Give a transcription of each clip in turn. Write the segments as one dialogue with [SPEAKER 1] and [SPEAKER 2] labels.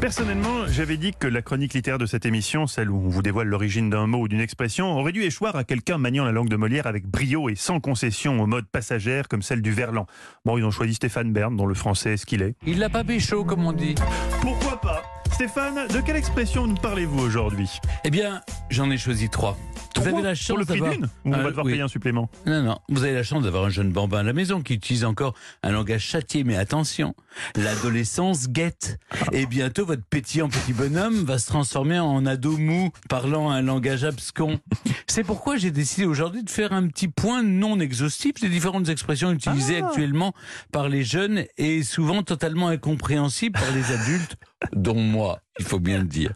[SPEAKER 1] Personnellement, j'avais dit que la chronique littéraire de cette émission, celle où on vous dévoile l'origine d'un mot ou d'une expression, aurait dû échoir à quelqu'un maniant la langue de Molière avec brio et sans concession aux modes passagères comme celle du Verlan. Bon, ils ont choisi Stéphane Bern, dont le français est ce qu'il est.
[SPEAKER 2] Il l'a pas pécho, comme on dit.
[SPEAKER 1] Pourquoi pas Stéphane, de quelle expression nous parlez-vous aujourd'hui
[SPEAKER 2] Eh bien, j'en ai choisi trois. Vous avez la chance
[SPEAKER 1] Pour le prix
[SPEAKER 2] d'avoir-
[SPEAKER 1] d'une Ou on
[SPEAKER 2] Euh,
[SPEAKER 1] va devoir
[SPEAKER 2] oui.
[SPEAKER 1] payer un supplément
[SPEAKER 2] Non, non. Vous avez la chance d'avoir un jeune bambin à la maison qui utilise encore un langage châtié, mais attention, l'adolescence guette. Et bientôt, votre pétillant petit bonhomme va se transformer en ado mou, parlant un langage abscon. C'est pourquoi j'ai décidé aujourd'hui de faire un petit point non exhaustif des différentes expressions utilisées actuellement par les jeunes et souvent totalement incompréhensibles par les adultes, dont moi, il faut bien le dire.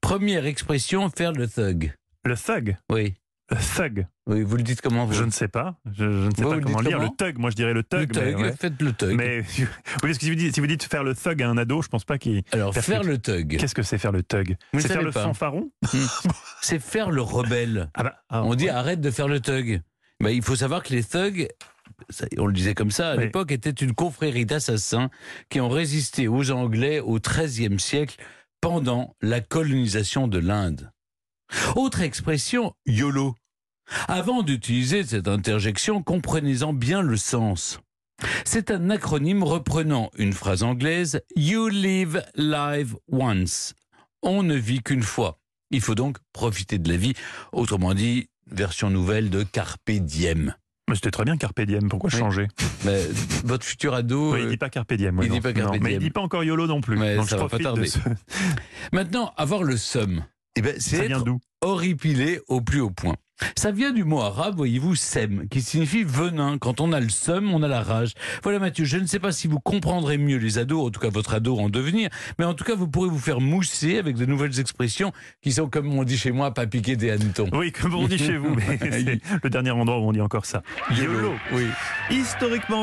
[SPEAKER 2] Première expression, faire le thug.
[SPEAKER 1] Le thug
[SPEAKER 2] Oui.
[SPEAKER 1] Le thug
[SPEAKER 2] Oui, vous le dites comment vous
[SPEAKER 1] Je ne sais pas. Je, je ne sais
[SPEAKER 2] Vous,
[SPEAKER 1] pas
[SPEAKER 2] vous
[SPEAKER 1] comment
[SPEAKER 2] dites
[SPEAKER 1] lire.
[SPEAKER 2] comment
[SPEAKER 1] le thug, moi je dirais le
[SPEAKER 2] Le
[SPEAKER 1] thug. mais,
[SPEAKER 2] thug,
[SPEAKER 1] ouais.
[SPEAKER 2] faites le thug.
[SPEAKER 1] Mais- oui, parce que si vous, dites, si vous dites faire le thug à un ado, je pense pas qu'il.
[SPEAKER 2] Alors,
[SPEAKER 1] Faire
[SPEAKER 2] faire le thug,
[SPEAKER 1] Qu'est-ce que c'est faire le thug
[SPEAKER 2] Vous ne
[SPEAKER 1] C'est faire
[SPEAKER 2] savez
[SPEAKER 1] le
[SPEAKER 2] pas.
[SPEAKER 1] fanfaron
[SPEAKER 2] c'est faire le rebelle.
[SPEAKER 1] Ah bah, ah,
[SPEAKER 2] On dit arrête de faire le thug. Ben, il faut savoir que les thugs, ça, on le disait comme ça à
[SPEAKER 1] Oui.
[SPEAKER 2] l'époque, étaient une confrérie d'assassins qui ont résisté aux Anglais au XIIIe siècle pendant la colonisation de l'Inde. Autre expression, YOLO. Avant d'utiliser cette interjection, comprenez-en bien le sens. C'est un acronyme reprenant une phrase anglaise You live live once. On ne vit qu'une fois. Il faut donc profiter de la vie. Autrement dit, version nouvelle de Carpe Diem.
[SPEAKER 1] Mais c'était très bien Carpe Diem, pourquoi
[SPEAKER 2] Oui.
[SPEAKER 1] changer
[SPEAKER 2] Mais votre futur ado.
[SPEAKER 1] Ouais, Il
[SPEAKER 2] euh,
[SPEAKER 1] dit pas Carpe Diem. ouais,
[SPEAKER 2] il
[SPEAKER 1] non.
[SPEAKER 2] dit pas Carpe
[SPEAKER 1] Non, Mais il
[SPEAKER 2] Diem.
[SPEAKER 1] dit pas encore YOLO non plus.
[SPEAKER 2] Ouais,
[SPEAKER 1] Donc
[SPEAKER 2] ça
[SPEAKER 1] je
[SPEAKER 2] va
[SPEAKER 1] profite
[SPEAKER 2] pas
[SPEAKER 1] de
[SPEAKER 2] tarder.
[SPEAKER 1] ce-
[SPEAKER 2] Maintenant, avoir le somme. Eh ben, c'est
[SPEAKER 1] Ça vient
[SPEAKER 2] être
[SPEAKER 1] d'où
[SPEAKER 2] horripilé au plus haut point. Ça vient du mot arabe, voyez-vous, sem, qui signifie venin. Quand on a le seum, on a la rage. Voilà Mathieu, je ne sais pas si vous comprendrez mieux les ados, en tout cas votre ado en devenir, mais en tout cas vous pourrez vous faire mousser avec de nouvelles expressions qui sont, comme on dit chez moi, pas piquer des hannetons.
[SPEAKER 1] Oui, comme on dit chez vous, mais c'est le dernier endroit où on dit encore ça. YOLO.
[SPEAKER 2] Oui.
[SPEAKER 1] Historiquement